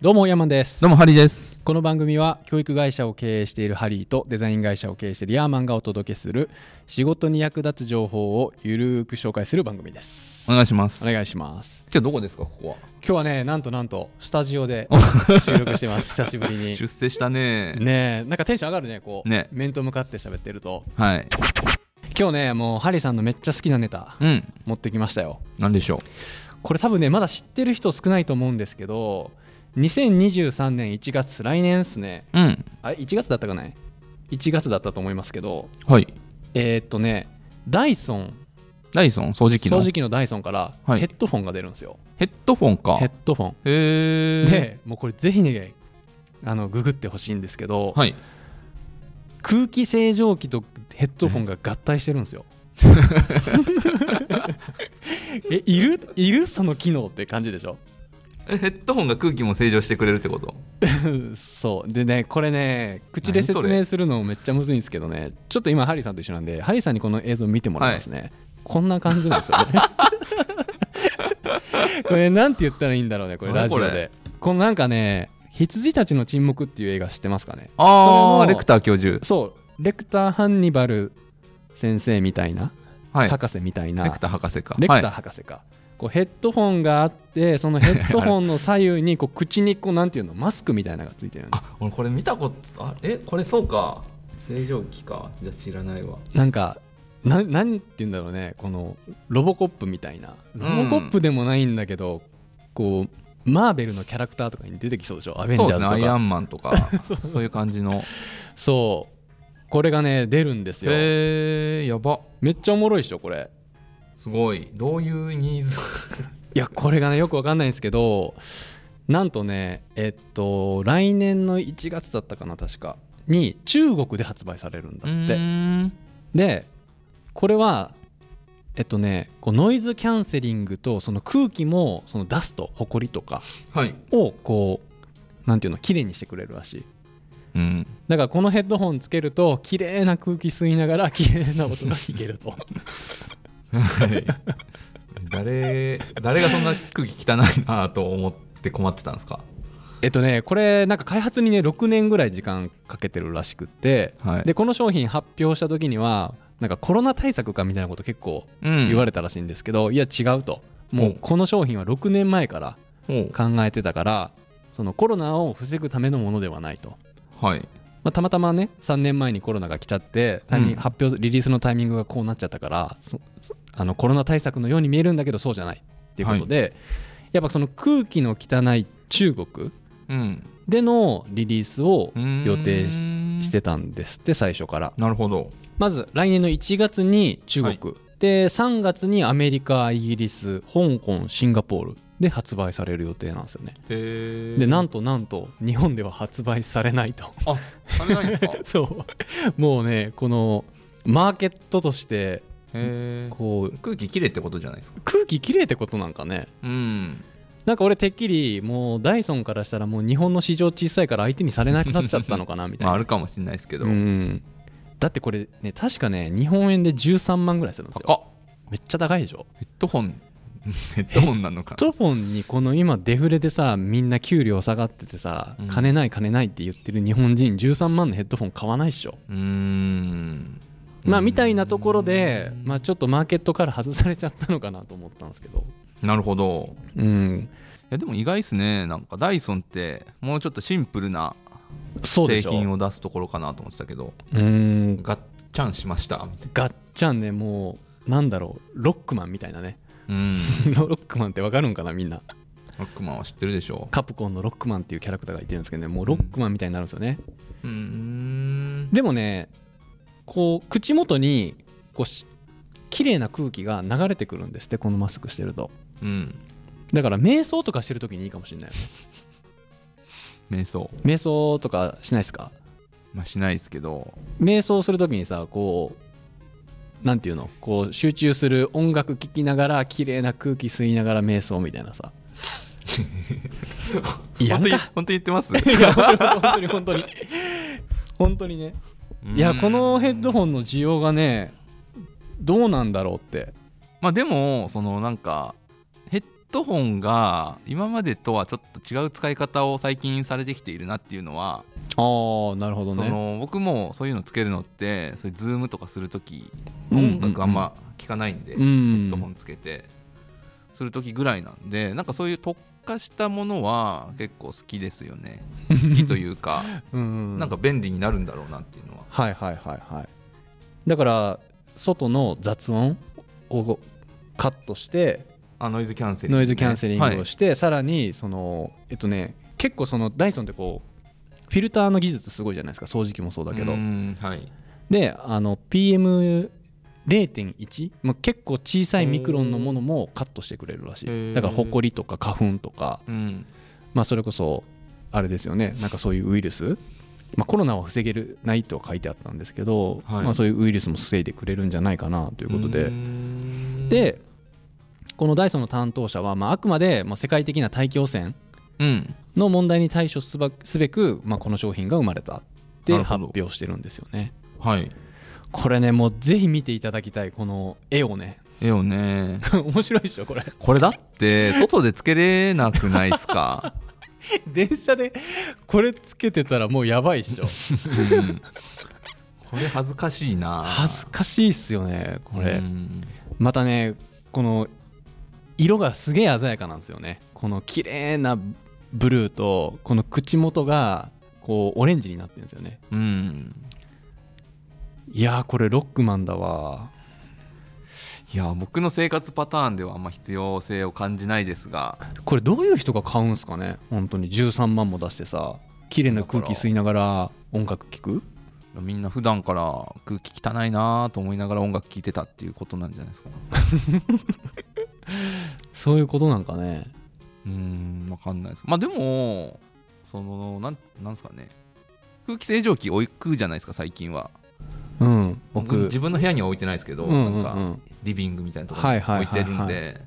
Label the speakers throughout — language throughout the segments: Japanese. Speaker 1: どうもヤーマンです
Speaker 2: どうもハリーです。
Speaker 1: この番組は教育会社を経営しているハリーとデザイン会社を経営しているヤーマンがお届けする仕事に役立つ情報をゆるーく紹介する番組です
Speaker 2: お願いします。
Speaker 1: お
Speaker 2: 今
Speaker 1: 願いします
Speaker 2: 日どこですかここは。
Speaker 1: 今日はねなんとなんとスタジオ で収録してます久しぶりに
Speaker 2: 出世したね
Speaker 1: ねえなんかテンション上がるねこう
Speaker 2: ね
Speaker 1: 面と向かって喋ってると
Speaker 2: はい。
Speaker 1: 今日ねもうハリーさんのめっちゃ好きなネタ
Speaker 2: うん。
Speaker 1: 持ってきましたよ
Speaker 2: なんでしょ
Speaker 1: これ多分ねまだ知ってる人少ないと思うんですけど2023年1月来年ですね
Speaker 2: う。うん。
Speaker 1: あれ1月だったかない1月だったと思いますけど
Speaker 2: はい。
Speaker 1: えーっとねダイソン
Speaker 2: ダイソン掃除機
Speaker 1: 掃
Speaker 2: の
Speaker 1: 除機のダイソンから
Speaker 2: はい
Speaker 1: ヘッドフォンが出るんですよ、
Speaker 2: ヘッドフォンか。
Speaker 1: ヘ
Speaker 2: へ
Speaker 1: ッドフォン
Speaker 2: え。
Speaker 1: でもうこれぜひねあのググってほしいんですけど、
Speaker 2: はい。
Speaker 1: 空気清浄機とヘッドフォンが合体してるんです よえいるいるその機能って感じでしょ
Speaker 2: ヘッドフォンが空気も清浄してくれるってこと
Speaker 1: そうでねこれね口で説明するのめっちゃむずいんですけどねちょっと今ハリーさんと一緒なんでハリーさんにこの映像見てもらいますね、こんな感じなんですよ ねこれなんて言ったらいいんだろうねこれラ
Speaker 2: 何
Speaker 1: ジオ
Speaker 2: これ
Speaker 1: でこのなんかね「羊たちの沈黙」っていう映画知ってますかね
Speaker 2: あ
Speaker 1: それ
Speaker 2: あ、
Speaker 1: の
Speaker 2: レクター教授。
Speaker 1: そうレクター・ハンニバル先生みたいな、
Speaker 2: はい。
Speaker 1: 博士みたいな
Speaker 2: レクター博士か。
Speaker 1: レクター
Speaker 2: はい
Speaker 1: 博士か、こうヘッドホンがあってそのヘッドホンの左右にこう口にこうなんていうのマスクみたいなのがついてるのね
Speaker 2: あ、俺これ見たこと、あえ、これそうか。清浄機か。じゃあ知らないわ。
Speaker 1: なんかななんて言うんだろうねこのロボコップみたいなロボコップでもないんだけど、こうマーベルのキャラクターとかに出てきそうでしょアベンジ
Speaker 2: そ
Speaker 1: ャー
Speaker 2: うで
Speaker 1: ズとか
Speaker 2: すね。アイアンマンとか、 そういう感じの。
Speaker 1: そうこれがね出るんですよ
Speaker 2: へえ、やば。
Speaker 1: めっちゃおもろいでしょこれ
Speaker 2: すごい。どういうニーズ
Speaker 1: いやこれがねよくわかんないんですけどなんとねえっと来年の1月だったかな確かに中国で発売されるんだって
Speaker 2: ん。
Speaker 1: でこれはえっとねこうノイズキャンセリングとその空気もそのダストホコリとか
Speaker 2: はい。
Speaker 1: をこうなんていうの綺麗にしてくれるらしい
Speaker 2: うん。
Speaker 1: だからこのヘッドホンつけると綺麗な空気吸いながら綺麗な音が聞けると
Speaker 2: 誰誰がそんな空気汚いなと思って困ってたんですか
Speaker 1: えっとねこれなんか開発にね6年ぐらい時間かけてるらしくって、
Speaker 2: はい
Speaker 1: でこの商品発表した時にはなんかコロナ対策かみたいなこと結構
Speaker 2: うん
Speaker 1: 言われたらしいんですけど、いや違うとも
Speaker 2: お
Speaker 1: うこの商品は6年前から
Speaker 2: お
Speaker 1: 考えてたからそのコロナを防ぐためのものではないと、
Speaker 2: はい
Speaker 1: まあ、たまたまね3年前にコロナが来ちゃってタイミング
Speaker 2: うん
Speaker 1: 発表リリースのタイミングがこうなっちゃったからそそあのコロナ対策のように見えるんだけどそうじゃないっていうことで、やっぱその空気の汚い中国
Speaker 2: うん
Speaker 1: でのリリースを予定し
Speaker 2: し
Speaker 1: してたんですって最初から
Speaker 2: なるほど
Speaker 1: まず来年の1月に中国、で3月にアメリカイギリス香港シンガポールで発売される予定なんですよね
Speaker 2: へ
Speaker 1: でなん
Speaker 2: ん
Speaker 1: となんと日本では発売されないと
Speaker 2: あされないんですか
Speaker 1: そうもうねこのマーケットとして
Speaker 2: へー
Speaker 1: こう
Speaker 2: 空気きれいってことじゃないですか
Speaker 1: 空気きれいってことなんかね
Speaker 2: うん
Speaker 1: なんか俺てっきりもうダイソンからしたらもう日本の市場小さいから相手にされなくなっちゃったのかなみ たい
Speaker 2: まあ
Speaker 1: な
Speaker 2: あるかもしれないですけど
Speaker 1: うんだってこれね確かね日本円で13万ぐらいするんですよ
Speaker 2: 高っ
Speaker 1: めっちゃ高いでしょ
Speaker 2: ヘッドホン ヘッドホンなのか
Speaker 1: ヘッドフォンにこの今デフレでさみんな給料下がっててさ、
Speaker 2: うん
Speaker 1: 金ない金ないって言ってる日本人13万のヘッドフォン買わないっしょ、
Speaker 2: うーん
Speaker 1: まあ
Speaker 2: うん
Speaker 1: みたいなところで、まあ、ちょっとマーケットから外されちゃったのかなと思ったんですけど
Speaker 2: なるほど
Speaker 1: うん
Speaker 2: いやでも意外ですねなんかダイソンってもうちょっとシンプルな
Speaker 1: そう
Speaker 2: 製
Speaker 1: でしょ
Speaker 2: 品を出すところかなと思ってたけど
Speaker 1: うん
Speaker 2: ガッチャンしましたみたい
Speaker 1: ガッチャンねもうなんだろうロックマンみたいなね
Speaker 2: なうん
Speaker 1: ロックマンってわかるんかなみんな
Speaker 2: ロックマンは知ってるでしょ
Speaker 1: カプコンのロックマンっていうキャラクターがいてるんですけどねもうロックマンみたいになるんですよね、
Speaker 2: うーん
Speaker 1: でもねこう口元にこうし綺麗な空気が流れてくるんですってこのマスクしてると
Speaker 2: うん
Speaker 1: だから瞑想とかしてる時にいいかもしれないよね
Speaker 2: 瞑想、
Speaker 1: 瞑想とかしないですか
Speaker 2: まあ、しないですけど
Speaker 1: 瞑想する時にさこうなんていうのこう集中する音楽聴きながら綺麗な空気吸いながら瞑想みたいなさいやん
Speaker 2: 本当に
Speaker 1: か
Speaker 2: 本当に言ってます
Speaker 1: いや本当に本当に本当にね いやこのヘッド
Speaker 2: ン
Speaker 1: ホンの需要がねどうなんだろうって
Speaker 2: まあでもそのなんかヘッドホンが今までとはちょっと違う使い方を最近されてきているなっていうのは
Speaker 1: ああなるほど
Speaker 2: そ
Speaker 1: ね
Speaker 2: の僕もそういうのつけるのってそういうズームとかする時
Speaker 1: うん
Speaker 2: 音楽あんま聞かないんで、
Speaker 1: うん
Speaker 2: ヘッドホンつけてする時ぐらいなんでなんかそういう特化したものは結構好きですよね好きというか
Speaker 1: うん
Speaker 2: なんか便利になるんだろうなっていうのは
Speaker 1: はいはいはいはいだから外の雑音をカットして
Speaker 2: あノイズキャンセリング
Speaker 1: ノ
Speaker 2: ね、
Speaker 1: イズキャンセリングを
Speaker 2: し
Speaker 1: して、さらにそのえっとね結構そのダイソンってこうフィルターの技術すごいじゃないですか掃除機もそうだ
Speaker 2: た
Speaker 1: けど、
Speaker 2: はい
Speaker 1: であの PM0.1、まあ、結構小さいミクロンのものもカットしてくれるらし
Speaker 2: へ
Speaker 1: い
Speaker 2: ー
Speaker 1: だからホコリとか花粉とか、
Speaker 2: うん
Speaker 1: まあ、それこそあれですよねなんかそういうウイルス、まあ、コロナは防げるないとは書いてあったんですけど、
Speaker 2: はい
Speaker 1: まあ、そういうウイルスも防いでくれるんじゃないかなということで、
Speaker 2: ん、
Speaker 1: でこのダイソンの担当者は、まあ、あくまで、まあ、世界的な大気汚染
Speaker 2: うん
Speaker 1: の問題に対処すばすべく、まあ、この商品が生まれたって
Speaker 2: なるほ
Speaker 1: 発
Speaker 2: ど
Speaker 1: 表してるんですよね。
Speaker 2: はい
Speaker 1: これねもうぜひ見ていただきたいこの絵をね
Speaker 2: えよね
Speaker 1: 面白いでしょこれ
Speaker 2: これだって外でつけれなくないで すか、
Speaker 1: 電車でこれつけてたらもうやばいっしょ
Speaker 2: うんこれ恥ずかしいな
Speaker 1: 恥ずかしいっすよねこれ、
Speaker 2: うん
Speaker 1: またねこの色がすげえ鮮やかなんですよねこの綺麗なブルーとこの口元がこうオレンジになってるんですよね
Speaker 2: うん
Speaker 1: いやーこれロックマンだわ
Speaker 2: いや僕の生活パターンではあんま必要性を感じないですが
Speaker 1: これどういう人が買うんすかね本当に13万も出してさ綺麗な空気吸いながら音楽聴く
Speaker 2: みんな普段から空気汚いなと思いながら音楽聴いてたっていうことなんじゃないですか
Speaker 1: そういうことなんかね
Speaker 2: うーんわかんないですまあでもそのなんなんですかね空気清浄機置くじゃないですか最近は
Speaker 1: うん
Speaker 2: 僕
Speaker 1: 僕
Speaker 2: 自分の部屋には置いてないですけど、
Speaker 1: うんうんうん
Speaker 2: なんかリビングみたいなところ
Speaker 1: はい
Speaker 2: に置
Speaker 1: はいは
Speaker 2: い
Speaker 1: いはい
Speaker 2: てるんで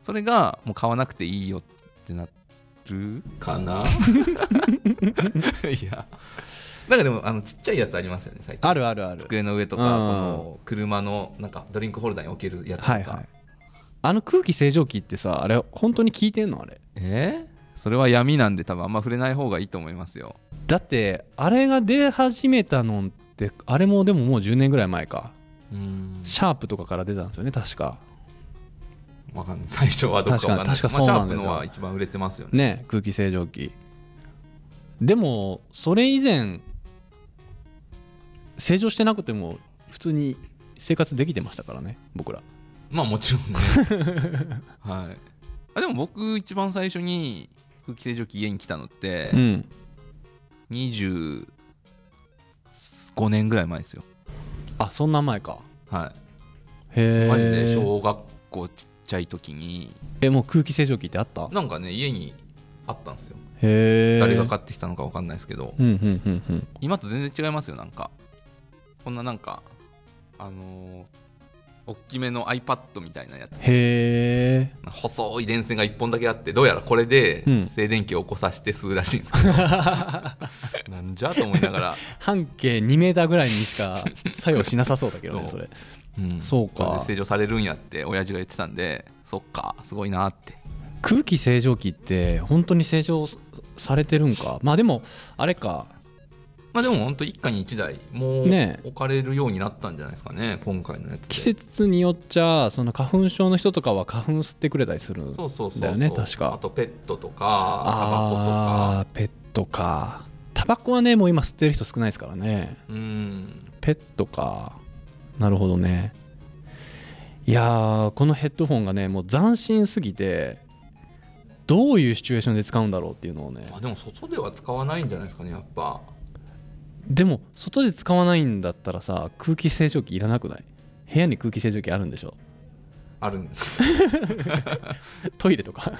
Speaker 2: それがもう買わなくていいよってなるかな いやなんかでもあのちっちゃいやつありますよね最近
Speaker 1: あるあるある
Speaker 2: 机の上とか
Speaker 1: う
Speaker 2: こ
Speaker 1: ん
Speaker 2: の車のなんかドリンクホルダーに置けるやつとか、
Speaker 1: はいはいあの空気清浄機ってさあれ本当に効いてんのあれ
Speaker 2: えーそれは闇なんで多分あんま触れない方がいいと思いますよ
Speaker 1: だってあれが出始めたのってあれもでももう10年ぐらい前か
Speaker 2: うん
Speaker 1: シャープとかから出たんですよね確か
Speaker 2: わかんない最初はどっかわかんない
Speaker 1: 確か確かそうなんですよ
Speaker 2: まあ、シャープのは一番売れてますよね
Speaker 1: ね空気清浄機でもそれ以前清浄してなくても普通に生活できてましたからね僕ら
Speaker 2: まあもちろんね はいあでも僕一番最初に空気清浄機家に来たのって
Speaker 1: うん
Speaker 2: 25年ぐらい前ですよ
Speaker 1: あそんな前か
Speaker 2: は
Speaker 1: へ
Speaker 2: い
Speaker 1: え
Speaker 2: マジで小学校ちっちゃい時に
Speaker 1: えもう空気清浄機ってあった
Speaker 2: なんかね家にあったんですよ
Speaker 1: へえ
Speaker 2: 誰が買ってきたのか分かんないですけど
Speaker 1: うんうんうんうん
Speaker 2: 今と全然違いますよなんかこんななんかあのー大きめの iPad みたいなやつ
Speaker 1: へえ
Speaker 2: 細い電線が1本だけあってどうやらこれで
Speaker 1: うん
Speaker 2: 静電気を起こさせて吸うらしいんで すけど、なんじゃと思いながら、
Speaker 1: 半径2メーターぐらいにしか作用しなさそうだけどねそ
Speaker 2: そう
Speaker 1: れ
Speaker 2: う ん
Speaker 1: そうか
Speaker 2: これで清浄されるんやって親父が言ってたんでそっかすごいなって
Speaker 1: 空気清浄機って本当に清浄されてるんかまあでもあれか
Speaker 2: まあでも本当一家に一台もう
Speaker 1: ね
Speaker 2: 置かれるようになったんじゃないですかね今回のやつで
Speaker 1: 季節によっちゃその花粉症の人とかは花粉吸ってくれたりするん
Speaker 2: そうそうそうそう
Speaker 1: だよね確か
Speaker 2: あとペットとかタバコとか
Speaker 1: あーペットかタバコはねもう今吸ってる人少ないですからね
Speaker 2: うん
Speaker 1: ペットかなるほどねいやーこのヘッドホンがねもう斬新すぎてどういうシチュエーションで使うんだろうっていうのをね
Speaker 2: まあでも外では使わないんじゃないですかねやっぱ
Speaker 1: でも外で使わないんだったらさ空気清浄機いらなくない部屋に空気清浄機あるんでしょ
Speaker 2: あるんです
Speaker 1: トイレとか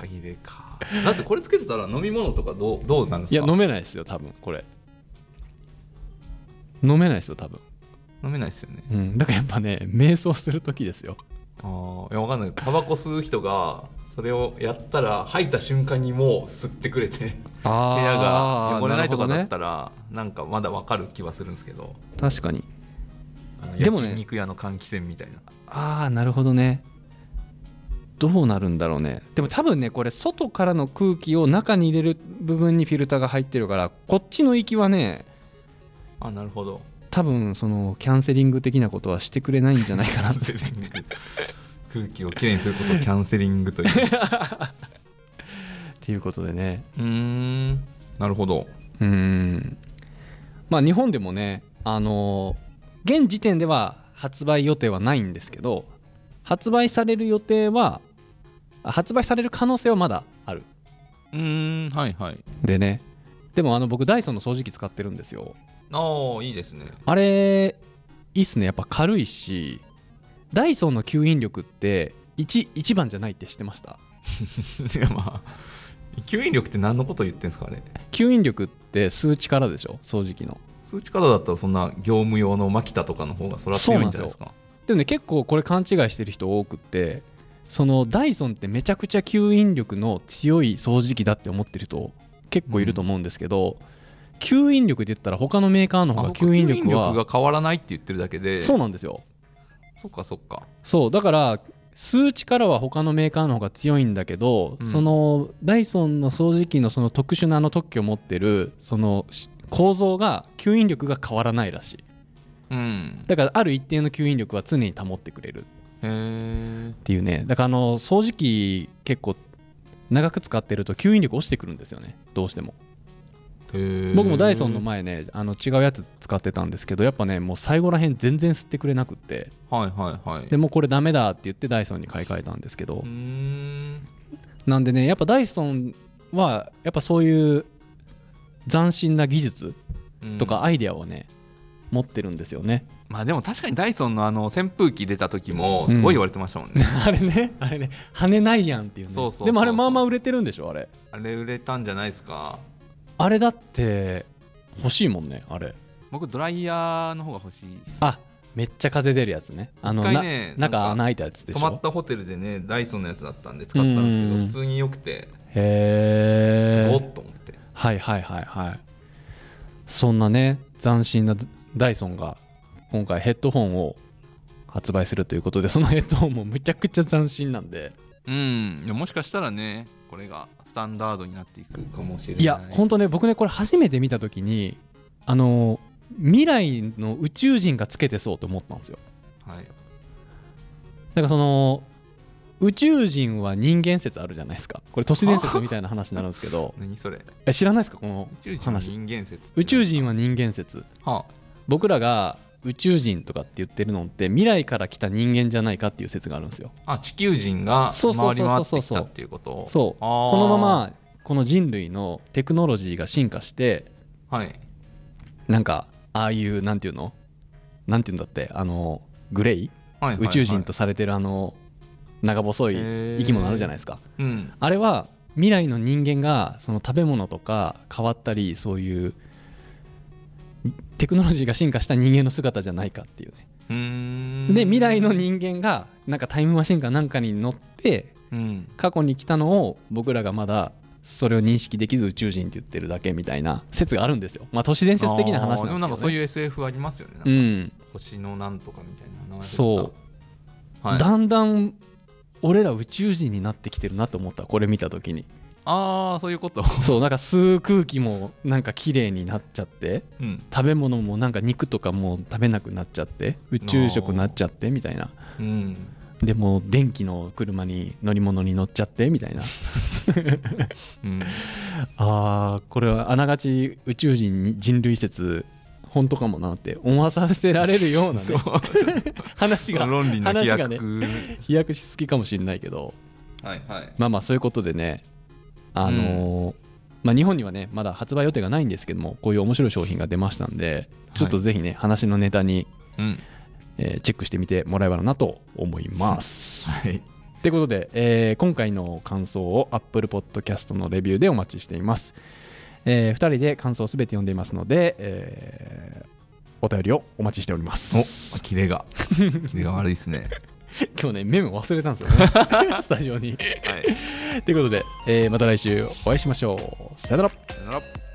Speaker 2: トイレかだってこれつけてたら飲み物とかどうどうなんです
Speaker 1: い
Speaker 2: か
Speaker 1: や飲めないですよ多分これ飲めないですよ多分
Speaker 2: 飲めないですよね
Speaker 1: うんだからやっぱね瞑想する時ですよ
Speaker 2: ああいやわかんないタバコ吸う人がそれをやったら吐いた瞬間にもう吸ってくれて部
Speaker 1: あ
Speaker 2: 屋が汚れないとかだっ
Speaker 1: ね、
Speaker 2: たらなんかまだわかる気はするんですけど
Speaker 1: 確かに
Speaker 2: あの
Speaker 1: でもね
Speaker 2: 焼肉屋の換気扇みたいな
Speaker 1: ああなるほどねどうなるんだろうねでも多分ねこれ外からの空気を中に入れる部分にフィルターが入ってるからこっちの域はね
Speaker 2: あなるほど
Speaker 1: 多分そのキャンセリング的なことはしてくれないんじゃないか
Speaker 2: キ
Speaker 1: な
Speaker 2: ャンセリング空気をきれいにすることをキャンセリングという
Speaker 1: っていうことでね
Speaker 2: うーんなるほど
Speaker 1: うーんまあ日本でもねあの現時点では発売予定はないんですけど発売される予定はあ発売される可能性はまだある
Speaker 2: うーんはいはい
Speaker 1: でねでもあの僕ダイソンの掃除機使ってるんですよ
Speaker 2: ああいい ですね
Speaker 1: あれいいっすねやっぱ軽いしダイソンの吸引力って 1, 1番じゃないって知ってました
Speaker 2: いやまあ吸引力って何のこと言ってんですかあれ
Speaker 1: 吸引力って数値からでしょ掃除機の
Speaker 2: 数値からだったらそんな業務用のマキタとかの方がそら強いんじゃないですか
Speaker 1: でもね結構これ勘違いしてる人多くってそのダイソンってめちゃくちゃ吸引力の強い掃除機だって思ってる人結構いると思うんですけど、吸引力で言ったら他のメーカーの方が
Speaker 2: あ
Speaker 1: 吸引力は
Speaker 2: が変わらないって言ってるだけで
Speaker 1: そうなんですよ
Speaker 2: そっかそっか
Speaker 1: そうだから吸う力は他のメーカーの方が強いんだけど、
Speaker 2: うん
Speaker 1: そのダイソンの掃除機のその特殊なあの特許を持ってるそのし構造が吸引力が変わらないらしい
Speaker 2: うん
Speaker 1: だからある一定の吸引力は常に保ってくれるっ
Speaker 2: へえ
Speaker 1: ていうねだからあの掃除機結構長く使ってると吸引力落ちてくるんですよねどうしても僕もダイソンの前ねあの違うやつ使ってたんですけどやっぱねもう最後らへん全然吸ってくれなくって
Speaker 2: はいはいはい
Speaker 1: でもうこれダメだって言ってダイソンに買い替えたんですけど
Speaker 2: うーん
Speaker 1: なんでねやっぱダイソンはやっぱそういう斬新な技術と
Speaker 2: うん
Speaker 1: かアイデアをね、持ってるんですよね
Speaker 2: まあでも確かにダイソンのあの扇風機出た時もすごい言われてましたもんね、
Speaker 1: あれねあれね跳ねないやんっていう,、ね、
Speaker 2: そうそうそうそう
Speaker 1: でもあれまあまあ売れてるんでしょあれ
Speaker 2: あれ売れたんじゃないですか
Speaker 1: あれだって欲しいもんねあれ
Speaker 2: 僕ドライヤーの方が欲しいです
Speaker 1: あめっちゃ風出るやつねあの
Speaker 2: 一回ね
Speaker 1: な中
Speaker 2: なんか
Speaker 1: 穴開いたやつで
Speaker 2: 泊
Speaker 1: し
Speaker 2: まっ
Speaker 1: ょ
Speaker 2: たホテルでねダイソンのやつだったんで使ったんですけ
Speaker 1: うん
Speaker 2: ど普通に良くてす
Speaker 1: へ
Speaker 2: ご
Speaker 1: え
Speaker 2: っと思って、
Speaker 1: はいはいはいはいそんなね斬新なダイソンが今回ヘッドホンを発売するということでそのヘッドホンもむちゃくちゃ斬新なんで
Speaker 2: うんでももしかしたらねこれがスタンダードになっていくかもしれない
Speaker 1: いや
Speaker 2: ん
Speaker 1: 本当ね僕ねこれ初めて見た時にあの未来の宇宙人がつけてそうと思ったんですよ
Speaker 2: はい
Speaker 1: なんかその宇宙人は人間説あるじゃないですかこれ都市伝説みたいな話になるんですけ ど
Speaker 2: 何それ
Speaker 1: え知らないですかこの
Speaker 2: 宇宙人は
Speaker 1: 話
Speaker 2: 人間説
Speaker 1: 宇宙
Speaker 2: 人
Speaker 1: 人は人間説
Speaker 2: は
Speaker 1: 僕らが宇宙人とかって言ってるのって未来から来た人間じゃないかっていう説があるんですよ
Speaker 2: ああ地球人が
Speaker 1: そうそう
Speaker 2: 回り
Speaker 1: そう
Speaker 2: 回
Speaker 1: そ
Speaker 2: っ
Speaker 1: う
Speaker 2: て
Speaker 1: そう
Speaker 2: きたっていうこと
Speaker 1: そう
Speaker 2: あー
Speaker 1: このままこの人類のテクノロジーが進化して
Speaker 2: はい
Speaker 1: なんかああいうなんていうのなんていうんだってあのグレイ
Speaker 2: はいはいはい
Speaker 1: 宇宙人とされてるあの長細い生き物あるじゃないですか
Speaker 2: うん
Speaker 1: あれは未来の人間がその食べ物とか変わったりそういうテクノロジーが進化した人間の姿じゃないかっていうね
Speaker 2: うーん
Speaker 1: で未来の人間がなんかタイムマシンかなんかに乗って
Speaker 2: うん
Speaker 1: 過去に来たのを僕らがまだそれを認識できず宇宙人って言ってるだけみたいな説があるんですよまあ都市伝説的な話
Speaker 2: あー
Speaker 1: なんですけ
Speaker 2: でも
Speaker 1: ど、ね、
Speaker 2: なんかそういう SF ありますよねなんか
Speaker 1: うん
Speaker 2: 星のなんとかみたいな名前ですか
Speaker 1: そう
Speaker 2: はい、
Speaker 1: だんだん俺ら宇宙人になってきてるなと思ったこれ見た時 に
Speaker 2: ああそうい うこと、
Speaker 1: そうなんか吸う空気もなんか綺麗になっちゃって
Speaker 2: うん
Speaker 1: 食べ物もなんか肉とかもう食べなくなっちゃって宇宙食になっちゃってみたいな
Speaker 2: うん、
Speaker 1: でもう電気の車に乗り物に乗っちゃってみたいな
Speaker 2: うん、
Speaker 1: あーこれはあながち宇宙人に人類説本当かもなって思わさせられるような、
Speaker 2: そ
Speaker 1: ね
Speaker 2: う、
Speaker 1: 話が
Speaker 2: 論理の飛
Speaker 1: 話が
Speaker 2: 躍、
Speaker 1: ね飛躍しすぎかもしれないけど
Speaker 2: はいはい
Speaker 1: まあまあそういうことでねあのーまあ、日本にはねまだ発売予定がないんですけどもこういう面白い商品が出ましたんでちょっとぜひね、話のネタに、
Speaker 2: うん
Speaker 1: えーチェックしてみてもらえばなと思います。
Speaker 2: はい
Speaker 1: ってことで、えー今回の感想を Apple Podcast のレビューでお待ちしています。え2人で感想をすべて読んでいますので、えーお便りをお待ちしております。
Speaker 2: おキレがキレが悪いですね
Speaker 1: 今日ね、メモ忘れたんですよ ね、 スタジオに。
Speaker 2: はい
Speaker 1: ということで、えーまた来週お会いしましょう。さよなら。
Speaker 2: さよなら